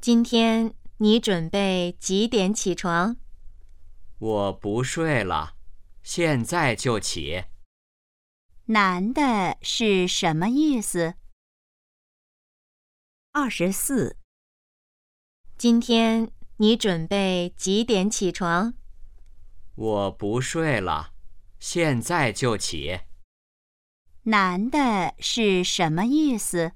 今天你准备几点起床？我不睡了，现在就起。男的是什么意思？二十四，今天你准备几点起床？我不睡了，现在就起。男的是什么意思？